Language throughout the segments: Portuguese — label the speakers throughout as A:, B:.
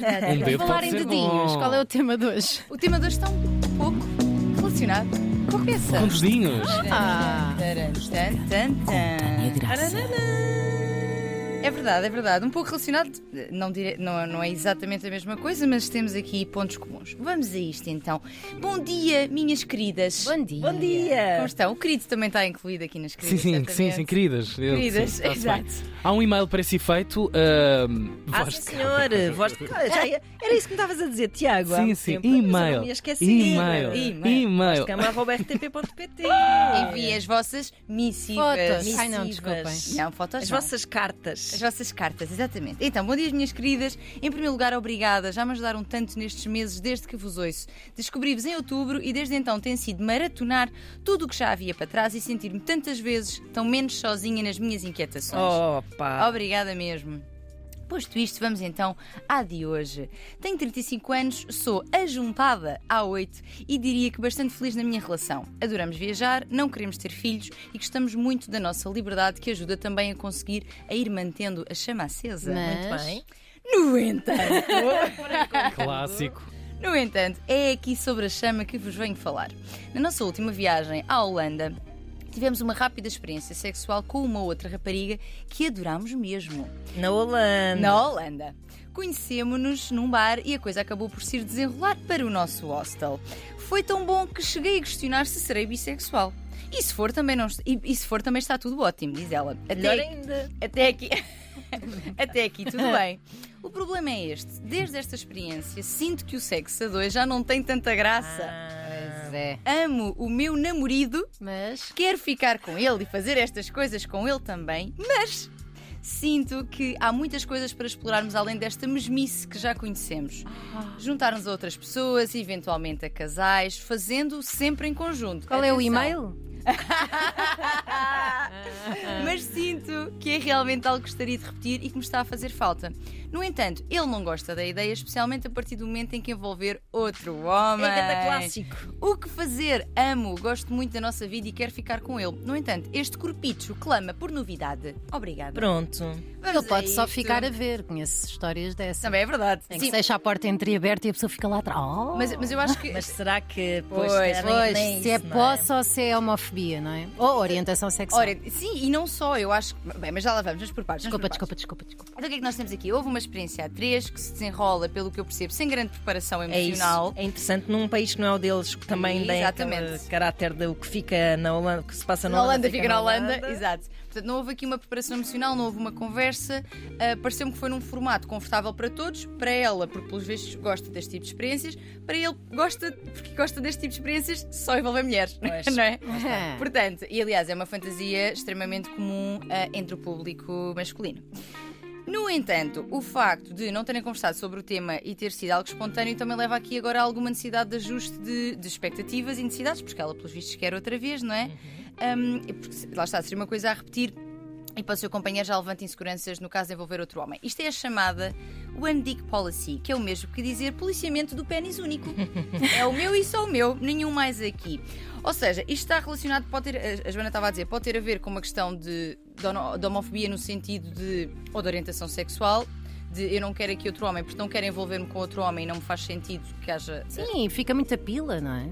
A: É,
B: Um dedo
C: Falar
B: pode
C: em
B: ser
C: dedinhos,
B: bom.
C: qual é o tema de hoje?
A: O tema de hoje está um pouco relacionado com a cabeça.
B: Com dedinhos.
C: Ah,
A: Taran, tan, tan, tan. É verdade, é verdade. Um pouco relacionado, não, dire- não- não é exatamente a mesma coisa, mas temos aqui pontos comuns. Vamos a isto então. Bom dia, minhas queridas.
C: bom dia.
D: Bom
A: Como
D: dia!
A: estão? O querido também está incluído aqui nas
B: Sim,
A: queridas.
B: sim, sim,
A: certamente.
B: sim, queridas. Eu-
A: Queridas,
B: sim, está-se bem.
A: exato.
B: Há um e-mail para esse efeito. ahm,
D: Ah,
B: voz
D: sim,
B: de-
D: senhor! Voz de... Ah, já ia- Era isso que me estavas a dizer, Tiago. há
B: Sim,
D: muito
B: sim.
D: tempo. Mas eu não
B: E-mail.
D: me ia esquecer.
B: E-mail.
A: E-mail.
B: E-mail.
D: Cama.rtp.pt
B: Tá
A: Enviem as vossas missivas.
C: Fotos. Ai não, desculpem.
A: Não, fotos
D: As
A: não.
D: vossas
A: As
D: cartas.
A: vossas cartas, exatamente. Então, bom dia, minhas queridas. Em primeiro lugar, obrigada. Já me ajudaram tanto nestes meses desde que vos ouço. Descobri-vos em outubro e desde então tem sido maratonar tudo o que já havia para trás e sentir-me tantas vezes tão menos sozinha nas minhas inquietações.
D: Opa!
A: Obrigada mesmo. Posto isto, vamos então à de hoje. Tenho 35 anos, sou ajuntada há 8 e diria que bastante feliz na minha relação. Adoramos viajar, não queremos ter filhos e gostamos muito da nossa liberdade que ajuda também a conseguir a ir mantendo a chama acesa.
C: Mas-
D: Muito bem.
A: No entanto, Ah,
B: Clássico.
A: No entanto, é aqui sobre a chama que vos venho falar. Na nossa última viagem à Holanda, tivemos uma rápida experiência sexual com uma outra rapariga que adorámos mesmo.
D: Na Holanda.
A: Na Holanda. Conhecemos-nos num bar e a coisa acabou por se desenrolar para o nosso hostel. Foi tão bom que cheguei a questionar se serei bissexual. E se for também, não, e, e se for, também está tudo ótimo, diz ela.
D: Melhor
A: Até,
D: ainda.
A: até aqui. até aqui, tudo bem. O problema é este. Desde esta experiência, sinto que o sexo a dois já não tem tanta graça.
C: Pois
D: Ah.
C: é.
A: Amo o meu namorado,
C: Mas.
A: quero ficar com ele e fazer estas coisas com ele também, mas sinto que há muitas coisas para explorarmos além desta mesmice que já conhecemos.
C: Ah.
A: Juntar-nos a outras pessoas, eventualmente a casais, fazendo sempre em conjunto.
C: Qual é o
A: Atenção.
C: e-mail?
A: Ah. Mas sinto que é realmente algo que gostaria de repetir e que me está a fazer falta. No entanto, ele não gosta da ideia, especialmente a partir do momento em que envolver outro homem.
D: É cada clássico.
A: O que fazer? Amo, gosto muito da nossa vida e quero ficar com ele. No entanto, este corpicho clama por novidade. Obrigada.
D: Pronto.
A: Vamos
C: Ele
A: a
C: pode só
A: isto.
C: ficar a ver, conheço histórias dessas.
A: Também é verdade.
C: Tem
A: Sim,
C: que se deixa a porta entreaberta e a pessoa fica lá atrás. Oh.
A: mas, mas eu acho que.
D: Mas será que. Pois,
A: Pois,
D: nem-
C: Pois,
D: nem
C: se
D: isso,
C: é
D: não
C: posse ou se é homofobia, não é? Ou orientação sexual.
A: Ora, sim, e não só, eu acho que. Bem, mas já lá vamos, vamos por partes.
C: desculpa,
A: vamos por
C: desculpa, desculpa, desculpa.
A: Então, o que é que nós temos aqui? Houve uma experiência a três que se desenrola, pelo que eu percebo, sem grande preparação
D: É isso.
A: emocional.
D: É interessante num país que não é o deles, que também tem
A: Exatamente.
D: aquele caráter de o que fica na Holanda, o que é se passa na,
A: Na Holanda fica na Holanda, exato. Portanto, não houve aqui uma preparação emocional, não houve uma conversa. Ah, Pareceu-me que foi num formato confortável para todos, para ela, porque pelos vistos gosta deste tipo de experiências, para ele, gosta, porque gosta deste tipo de experiências, só envolve mulheres,
D: Pois.
A: não é?
C: Ah.
A: Portanto, e aliás, é uma fantasia extremamente comum ah, entre o público masculino. No entanto, o facto de não terem conversado sobre o tema e ter sido algo espontâneo também leva aqui agora a alguma necessidade de ajuste de, de expectativas e necessidades, porque ela, pelos vistos, quer outra vez, não é? Um, e porque, se- lá está, seria uma coisa a repetir e para o seu companheiro já levanta inseguranças no caso de envolver outro homem. Isto é a chamada One Dick Policy, que é o mesmo que dizer policiamento do pênis único. é o meu e só o meu, nenhum mais aqui. Ou seja, isto está relacionado, pode ter, a Joana estava a dizer, pode ter a ver com uma questão de, de homo- de homofobia no sentido de, ou de orientação sexual, de eu não quero aqui outro homem porque não quero envolver-me com outro homem e não me faz sentido que haja...
C: Sim, fica muita pila, não é?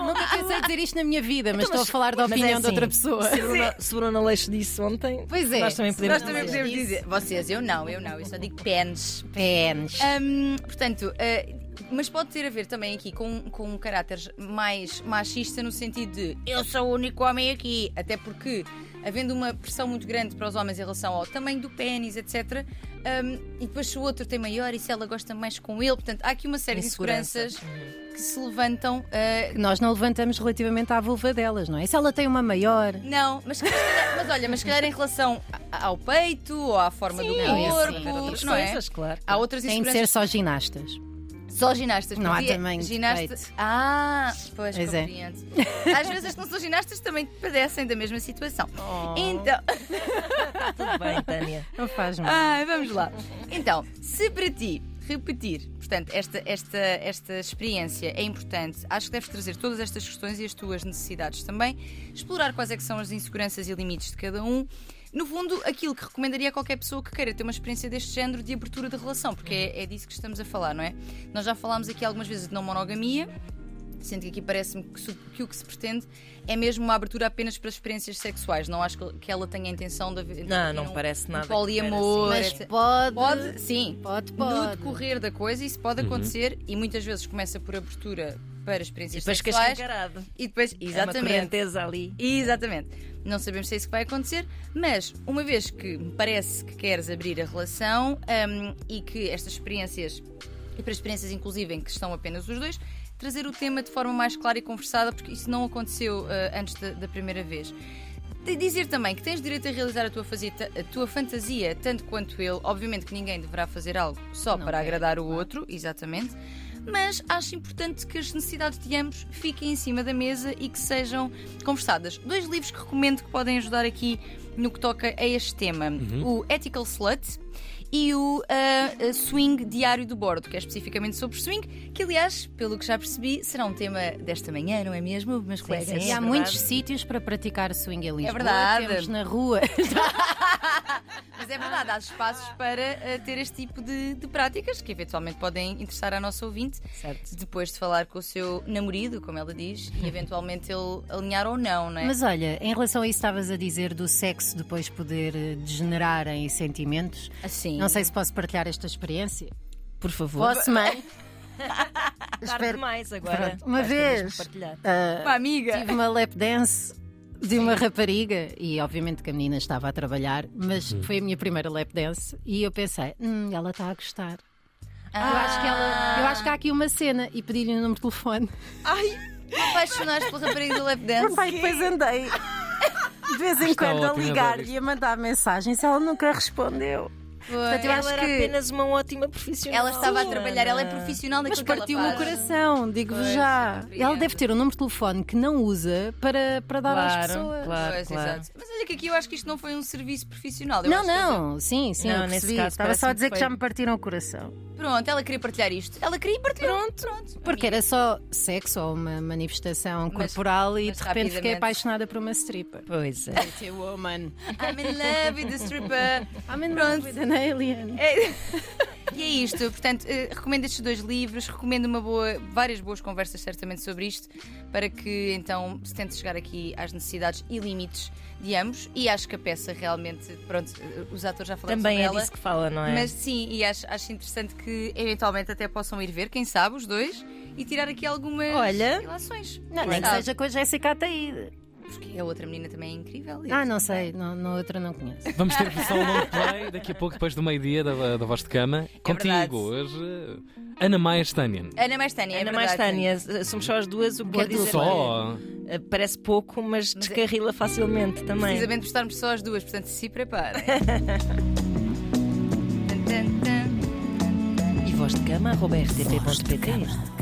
C: Nunca pensei dizer isto na minha vida, mas estou a falar da
D: mas é
C: opinião de
D: assim.
C: outra pessoa.
D: Se Bruno, se Bruno Aleixo disse ontem,
C: Pois é.
D: nós também podemos
A: Nós também podemos dizer, vocês, eu não, eu não, eu só digo pênis.
C: Pênis.
A: Hum, portanto, eh, mas pode ter a ver também aqui com, com um caráter mais machista no sentido de eu sou o único homem aqui, até porque havendo uma pressão muito grande para os homens em relação ao tamanho do pênis, etc. hum, e depois se o outro tem maior e se ela gosta mais com ele, portanto há aqui uma série de
D: Insegurança.
A: inseguranças que se levantam. eh,
C: Que nós não levantamos relativamente à vulva delas, não é? E se ela tem uma maior.
A: não, mas, se calhar- mas olha, mas se calhar em relação a- ao peito ou à forma do
C: Sim,
A: corpo,
C: sim.
D: outras
A: não é?
D: coisas, claro.
A: Há outras
C: Tem de
A: inseguranças
C: ser só ginastas.
A: Só ginastas,
C: Não há
A: porque
C: tamanho de
A: ginastas.
C: peito.
A: Ah, pois,
C: Pois é.
A: compreendo. Às vezes as que não são ginastas também padecem da mesma situação.
C: Oh.
A: Então,
D: Tudo bem, Tânia.
C: Não faz mal.
A: ai, vamos lá. Então, se para ti repetir, portanto, esta, esta, esta experiência é importante, acho que deves trazer todas estas questões e as tuas necessidades também, explorar quais é que são as inseguranças e limites de cada um. No fundo, aquilo que recomendaria a qualquer pessoa que queira ter uma experiência deste género de abertura de relação, porque é, é disso que estamos a falar, não é? Nós já falámos aqui algumas vezes de não monogamia, sendo que aqui parece-me que, su- que o que se pretende é mesmo uma abertura apenas para experiências sexuais. Não acho que- que ela tenha a intenção de haver.
E: Não, não
A: um-
E: parece nada.
A: Um
E: que queira, assim.
A: poliamor.
C: Mas
A: etc.
C: Ah, pode.
A: Pode, sim,
C: Pode,
A: no
C: pode.
A: decorrer da coisa, isso pode acontecer e muitas vezes começa por abertura para
E: E
A: experiências
E: depois que
A: sexuais
E: escancarado.
A: e depois,
E: É uma
A: exatamente,
E: correnteza ali.
A: exatamente. Não sabemos se é isso que vai acontecer, mas uma vez que me parece que queres abrir a relação hum, e que estas experiências, e para experiências inclusive em que estão apenas os dois, trazer o tema de forma mais clara e conversada, porque isso não aconteceu ah, antes da- da primeira vez. De- Dizer também que tens direito a realizar a tua, fazita- a tua fantasia tanto quanto ele. Obviamente que ninguém deverá fazer algo só
C: Não
A: para
C: quer,
A: agradar o outro, exatamente. Mas acho importante que as necessidades de ambos fiquem em cima da mesa e que sejam conversadas. Dois livros que recomendo que podem ajudar aqui no que toca a este tema: o Ethical Slut e o ah, ah, Swing Diário do Bordo, que é especificamente sobre swing, que aliás, pelo que já percebi, será um tema desta manhã, não é mesmo, meus colegas?
E: sim,
C: E assim, há
E: É
C: muitos
E: verdade. É
C: sítios para praticar swing em Lisboa.
A: verdade.
C: Temos na rua.
A: Mas é verdade, há espaços para eh, ter este tipo de, de práticas que eventualmente podem interessar à nossa ouvinte
E: Certo.
A: depois de falar com o seu namorado, como ela diz, e eventualmente ele alinhar ou não, não é?
C: Mas olha, em relação a isso estavas a dizer do sexo depois poder eh, degenerar em sentimentos.
A: assim.
C: Não sei se posso partilhar esta experiência.
E: Por favor.
C: Posso, mãe?
E: Tarde demais agora.
C: Pronto, uma
E: Vais ter mesmo
C: vez.
E: que partilhar.
A: Uma amiga.
C: Tive uma lap dance de uma rapariga e obviamente que a menina estava a trabalhar, mas foi a minha primeira lap dance e eu pensei, hum, ela está a gostar.
E: Ah.
C: Eu acho que
A: Ah.
C: ela, eu acho que há aqui uma cena e pedi-lhe o número de telefone.
A: apaixonaste pela rapariga do lap dance.
C: Pai, depois andei de vez em
B: Está
C: quando a
B: ótimo,
C: ligar
B: adoro isto.
C: e a mandar mensagens, ela nunca
A: é
C: respondeu. Portanto, eu
E: ela
C: acho
E: era
C: que
E: apenas uma ótima profissional.
A: Ela estava a
E: Sim,
A: trabalhar, ela é
E: Ana.
A: profissional
C: mas
A: daquilo que
C: partiu-me
A: ela
C: o
A: faz.
C: coração, digo-vos
A: Pois, eu
C: já.
A: compreendo.
C: Ela deve ter um número de telefone que não usa para, para dar às
E: Claro,
C: pessoas.
E: claro,
A: Pois,
E: claro.
A: exato. Mas olha que aqui eu acho que isto não foi um serviço profissional. Eu
C: Não,
A: acho que
C: não, sim, sim,
E: Não,
C: eu
E: nesse
C: percebi.
E: caso
C: Estava só
E: parece-me
C: a dizer que
E: que
C: já
E: foi-
C: me partiram o coração.
A: ela- Pronto, ela queria partilhar isto. Ela queria partilhar. Pronto, pronto.
C: Porque era só sexo ou uma manifestação
A: Mas-
C: corporal e
A: mas
C: de repente fiquei
A: rapidamente.
C: apaixonada por uma stripper.
E: Pois é.
C: It's a woman.
A: I'm in love with the stripper.
C: I'm in
A: Pronto.
C: love with an alien.
A: É- E é isto, portanto, eh, recomendo estes dois livros, recomendo uma boa, várias boas conversas certamente sobre isto, para que então se tente chegar aqui às necessidades e limites de ambos. E acho que a peça realmente, pronto, eh, os atores já falaram
E: Também
A: sobre
E: é
A: ela.
E: disso que fala, não é?
A: Mas sim, e acho, acho interessante que eventualmente até possam ir ver, quem sabe, os dois, e tirar aqui algumas
E: Olha.
A: relações.
C: Não,
A: Quem
C: nem que
A: sabe?
C: seja com a Jéssica Ataíde.
A: Porque a outra menina também é incrível. e
C: Ah, não sei, não, não, outra não conheço.
B: Vamos ter versão long play daqui a pouco, depois do meio-dia da, da voz de
A: É
B: cama.
A: verdade.
B: Contigo hoje, Ana Maia Stanian.
A: Ana mais Tânia, é
E: Ana mais
A: verdade.
E: Tânia, somos só as duas, o que
C: Que
E: quer dizer
B: é Só.
E: que, eh, parece pouco, mas
A: Mas é-
E: descarrila facilmente também.
A: Precisamente por estarmos só as duas, portanto se preparem. Tan, tan, tan.
E: E voz de cama, arroba rtp.pt.